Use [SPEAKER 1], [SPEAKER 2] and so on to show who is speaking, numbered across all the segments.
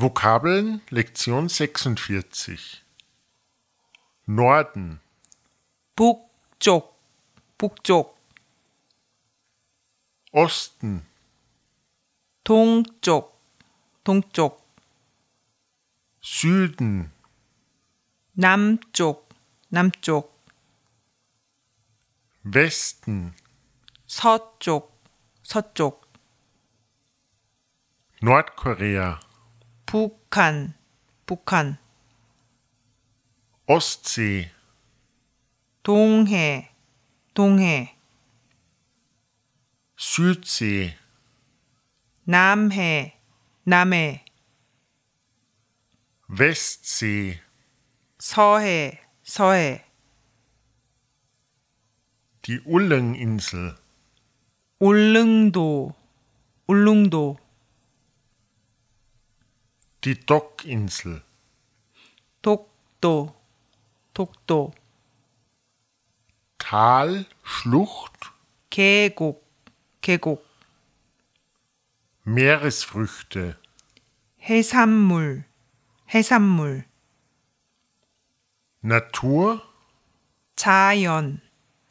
[SPEAKER 1] Vokabeln Lektion 46 Norden
[SPEAKER 2] 북쪽, 북쪽,
[SPEAKER 1] Osten
[SPEAKER 2] 동쪽, 동쪽,
[SPEAKER 1] Süden
[SPEAKER 2] 남쪽, 남쪽,
[SPEAKER 1] Westen
[SPEAKER 2] 서쪽, 서쪽,
[SPEAKER 1] Nordkorea
[SPEAKER 2] 북한, 북한,
[SPEAKER 1] Ostsee
[SPEAKER 2] 동해, 동해,
[SPEAKER 1] Südsee
[SPEAKER 2] 남해, 남해,
[SPEAKER 1] Westsee
[SPEAKER 2] 서해, 서해,
[SPEAKER 1] die Ullenginsel
[SPEAKER 2] 울릉도, 울릉도,
[SPEAKER 1] die Dockinsel
[SPEAKER 2] 독도, 독도,
[SPEAKER 1] Tal Schlucht
[SPEAKER 2] 계곡, 계곡,
[SPEAKER 1] Meeresfrüchte
[SPEAKER 2] 해산물, 해산물,
[SPEAKER 1] Natur
[SPEAKER 2] 자연,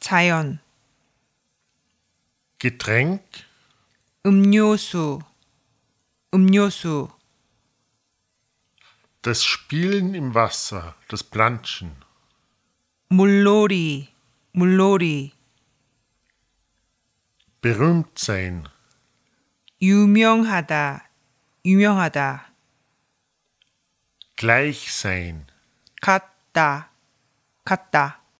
[SPEAKER 2] 자연,
[SPEAKER 1] Getränk
[SPEAKER 2] 음료수, 음료수,
[SPEAKER 1] das Spielen im Wasser das Planschen
[SPEAKER 2] 물놀이, 물놀이,
[SPEAKER 1] berühmt sein
[SPEAKER 2] 유명하다, 유명하다,
[SPEAKER 1] gleich sein
[SPEAKER 2] 같다, 같다,